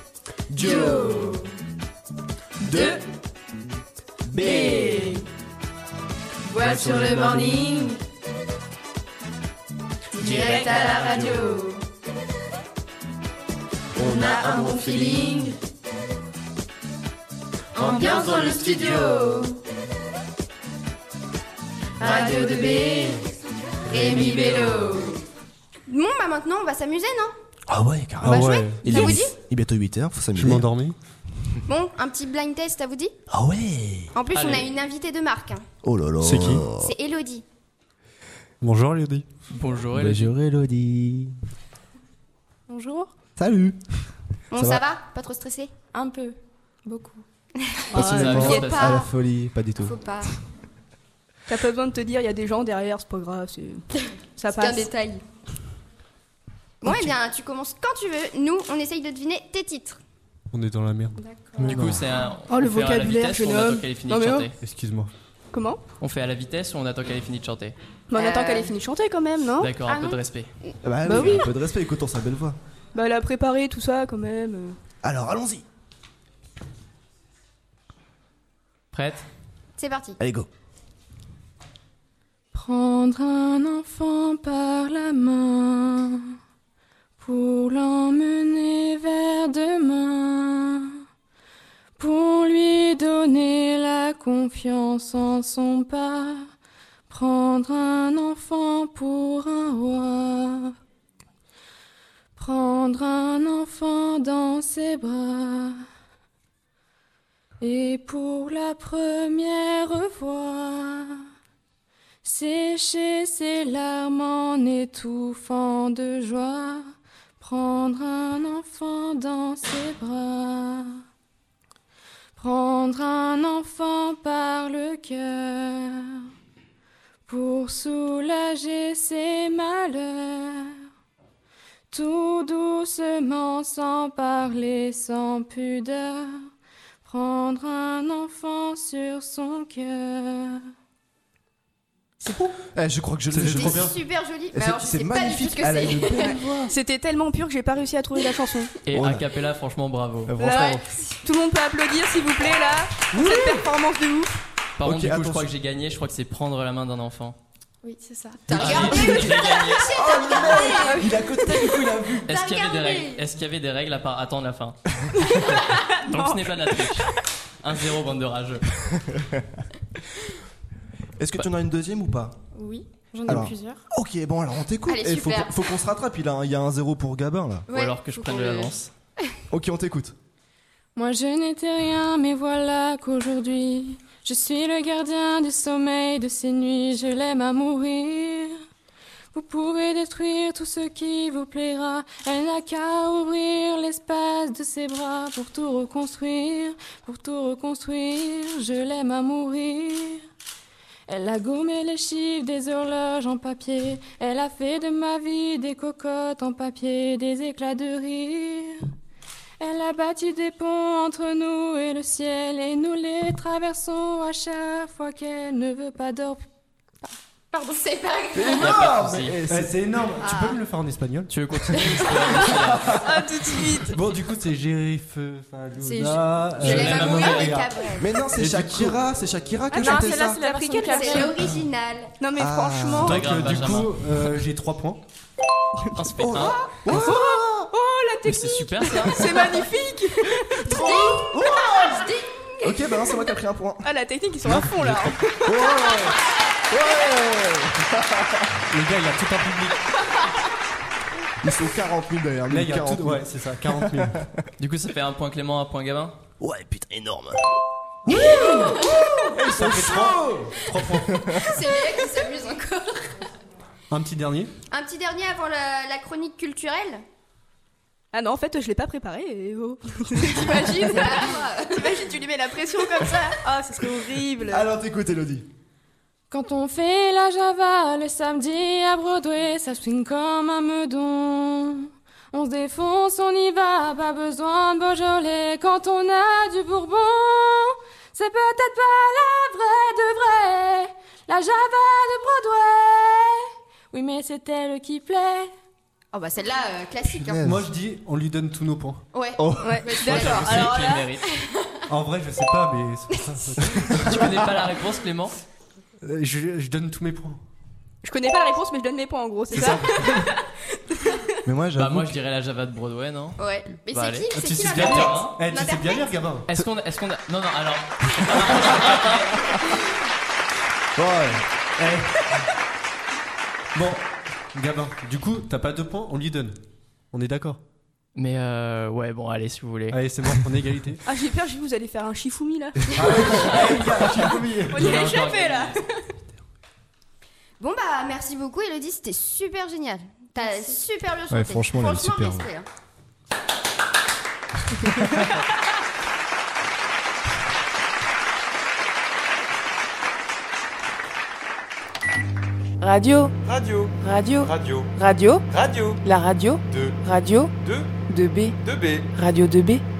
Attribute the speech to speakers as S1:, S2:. S1: Radio de B. Voix sur le morning, direct à la radio. On a un bon feeling, ambiance dans le studio. Radio de B, Rémi Bello.
S2: Bon, bah maintenant, on va s'amuser, non
S3: Ah ouais, carrément.
S2: On va jouer
S3: Il
S2: Ça
S3: est,
S2: vous dit
S3: il est bientôt 8h, faut s'amuser.
S4: Je m'endormis
S2: Bon, un petit blind test, ça vous dit
S3: Ah ouais
S2: En plus, on a une invitée de marque. hein.
S3: Oh là là
S4: C'est qui
S2: C'est Elodie.
S4: Bonjour Léodie.
S5: Bonjour Elodie.
S3: Bonjour Elodie.
S6: Bonjour.
S3: Salut
S2: Bon,
S3: Ça
S2: ça,
S3: va
S2: va Pas trop stressé
S6: Un peu. Beaucoup.
S2: Ah,
S3: Passionnément
S2: t'inquiète pas.
S3: à la folie, pas du tout.
S2: Faut pas.
S6: T'as pas besoin de te dire, il y a des gens derrière, c'est pas grave, c'est. Ça
S2: C'est un
S6: passe.
S2: détail. Bon, eh bien, tu commences quand tu veux. Nous, on essaye de deviner tes titres.
S4: On est dans la merde.
S5: Du coup, c'est un.
S6: Oh, le
S5: on fait à la
S6: vocabulaire,
S5: vitesse,
S6: jeune
S5: on attend
S6: homme.
S5: qu'elle ait fini
S6: Non,
S5: de
S6: mais oh.
S5: chanter.
S4: Excuse-moi.
S6: Comment
S7: oh.
S5: On fait à la vitesse ou on attend qu'elle ait fini de chanter
S6: Bah, On
S2: Euh.
S6: attend qu'elle ait fini de chanter quand même, non
S5: D'accord,
S2: Ah
S5: un peu
S2: non.
S5: de respect.
S3: Bah,
S6: Bah
S3: oui,
S6: oui.
S3: un peu de respect, écoutons sa belle voix.
S6: Bah, elle a préparé tout ça quand même. euh.
S3: Alors, allons-y
S5: Prête
S2: C'est parti.
S3: Allez, go
S7: Prendre un enfant par la main pour l'emmener vers demain, pour lui donner la confiance en son pas, prendre un enfant pour un roi, prendre un enfant dans ses bras, et pour la première fois. Sécher ses larmes en étouffant de joie, prendre un enfant dans ses bras, prendre un enfant par le cœur, pour soulager ses malheurs, tout doucement sans parler, sans pudeur, prendre un enfant sur son cœur.
S3: Eh, je crois que je l'ai, je
S2: C'était
S3: crois bien.
S2: super joli.
S3: Et
S2: Mais
S3: c'est-
S2: alors, je
S3: C'est
S2: sais pas du tout ce
S3: magnifique,
S2: que
S3: elle a
S2: c'est.
S3: une belle voix.
S6: C'était tellement pur que j'ai pas réussi à trouver la chanson.
S5: Et
S3: Ouais.
S5: a cappella, franchement, bravo.
S3: Euh,
S6: Là,
S3: Franchement,
S6: Tout le monde peut applaudir s'il vous plaît là pour cette performance de ouf.
S5: Par
S3: Ok,
S5: contre, du coup, je
S3: attention.
S5: crois que j'ai gagné. Je crois que c'est prendre la main d'un enfant.
S7: Oui, c'est ça.
S2: T'as regardé
S5: J'ai gagné.
S3: Oh, il est à côté, du coup, il a vu.
S5: Est-ce qu'il y avait
S2: regardé.
S5: des règles Est-ce qu'il y avait des règles à part attendre la fin Donc ce n'est pas de la triche. 1-0 bande de rageux.
S3: Est-ce que tu en as une deuxième ou pas
S7: Oui, j'en ai
S3: Alors.
S7: plusieurs.
S3: Ok, bon, alors on t'écoute.
S2: Allez,
S3: Eh, faut
S2: super.
S3: qu'on- faut qu'on se rattrape, il, a- il y a un zéro pour Gabin, là.
S5: Ou
S2: Ouais,
S5: alors que je
S2: faut
S5: prenne
S2: qu'on
S5: de
S2: le-
S5: l'avance.
S3: Ok, on t'écoute.
S7: Moi je n'étais rien, mais voilà qu'aujourd'hui, je suis le gardien du sommeil de ces nuits, je l'aime à mourir. Vous pouvez détruire tout ce qui vous plaira, elle n'a qu'à ouvrir l'espace de ses bras pour tout reconstruire, pour tout reconstruire, je l'aime à mourir. Elle a gommé les chiffres des horloges en papier, elle a fait de ma vie des cocottes en papier, des éclats de rire. Elle a bâti des ponts entre nous et le ciel et nous les traversons à chaque fois qu'elle ne veut pas dormir.
S2: Pardon, c'est pas
S3: Euh,
S5: Y a pas de souci.
S3: Eh, c'est-
S4: c'est énorme. Tu
S2: Ah.
S4: peux me le faire en espagnol
S5: Tu veux continuer
S6: Ah tout de suite.
S4: Bon, du coup, c'est Gérif. Enfin,
S2: C'est
S4: Luna,
S2: Je
S4: euh,
S2: l'ai
S5: l'aime à
S2: pas
S5: mourir.
S2: mourir, Cabrel.
S3: Mais non, c'est
S4: Et du
S3: Shakira, c'est Shakira qui a
S6: non,
S3: chanté
S6: Ah, celle-là
S3: ça.
S6: c'est la
S7: personne
S6: préquelle.
S7: qui a
S6: la
S2: C'est
S6: chanson.
S2: original.
S6: Non mais
S3: Ah.
S6: franchement.
S5: Pas
S4: Donc,
S5: grave,
S4: euh, du
S5: Benjamin.
S4: coup, euh, j'ai 3 points.
S5: On se fait
S3: Oh,
S5: un.
S3: Oh,
S5: Mais c'est super ça.
S6: C'est magnifique
S3: ok, bah non, c'est moi qui a pris un point.
S6: Ah la technique ils sont à fond là
S3: Ouais. Ouais.
S4: Le gars, il y a tout un public.
S3: Ils sont 40 000 d'ailleurs.
S4: Là,
S3: mille
S4: il y a
S3: 40
S4: tout.
S3: 000.
S4: Ouais, c'est ça, 40 000.
S5: Du coup, ça fait un point Clément, un point Gabin.
S3: Ouais, putain, énorme.
S4: ça fait 3 points.
S2: C'est les gars qui s'amusent encore.
S4: Un petit dernier.
S2: Un petit dernier avant la, la chronique culturelle.
S6: Ah non en fait je l'ai pas préparé et oh.
S2: T'imagines Ah,
S6: T'imagines tu lui mets la pression comme ça Ah ce serait horrible
S3: Alors t'écoutes, Elodie.
S7: Quand on fait la Java le samedi à Broadway, ça swing comme un meudon. On se défonce, on y va, pas besoin de Beaujolais. Quand on a du Bourbon, c'est peut-être pas la vraie de vraie, la Java de Broadway. Oui, mais c'est elle qui plaît
S2: Oh bah celle-là, euh, classique. Hein.
S3: Punaise.
S4: Moi je dis, on lui donne tous nos points. Ah,
S2: Ouais.
S3: Oh.
S2: ouais. bah,
S6: D'accord, alors
S5: qui
S6: là-
S5: mérite.
S4: En vrai, je sais pas, mais c'est pour ça.
S5: Tu connais pas la réponse, Clément
S4: Euh, Je, je donne tous mes points.
S6: Je connais pas la réponse, mais je donne mes points en gros, c'est ça
S3: Mais moi, j'avoue.
S5: Bah, moi, je dirais la Java de Broadway, non
S2: Ouais. Mais
S5: Bah,
S2: c'est
S5: allez.
S2: qui C'est
S4: tu
S2: qui
S4: sais bien
S2: l'interprète
S5: hein.
S4: Eh, tu sais bien
S2: L'interprète
S4: lire, gamin.
S5: Est-ce qu'on a, est-ce qu'on a. Non, non, alors.
S3: Ouais.
S4: Bon, gamin, du coup, t'as pas deux points, on lui donne. On est d'accord
S5: Mais euh, ouais, bon, allez, si vous voulez.
S4: Allez, c'est bon, on est égalité.
S6: Ah, j'ai peur, j'ai vu, vous allez faire un chifoumi là. On
S5: Il y
S6: y
S5: en a
S6: a
S5: encore
S6: échappé
S5: qui-
S6: là.
S2: Bon bah merci beaucoup Elodie, c'était super génial. T'as super bien chanté.
S3: Ouais, franchement, elle est superbe.
S2: respect, hein.
S8: Radio,
S9: Radio,
S8: radio,
S9: radio,
S8: radio,
S9: radio,
S8: la radio,
S9: 2,
S8: radio
S9: 2,
S8: 2B,
S9: 2B,
S8: radio 2B,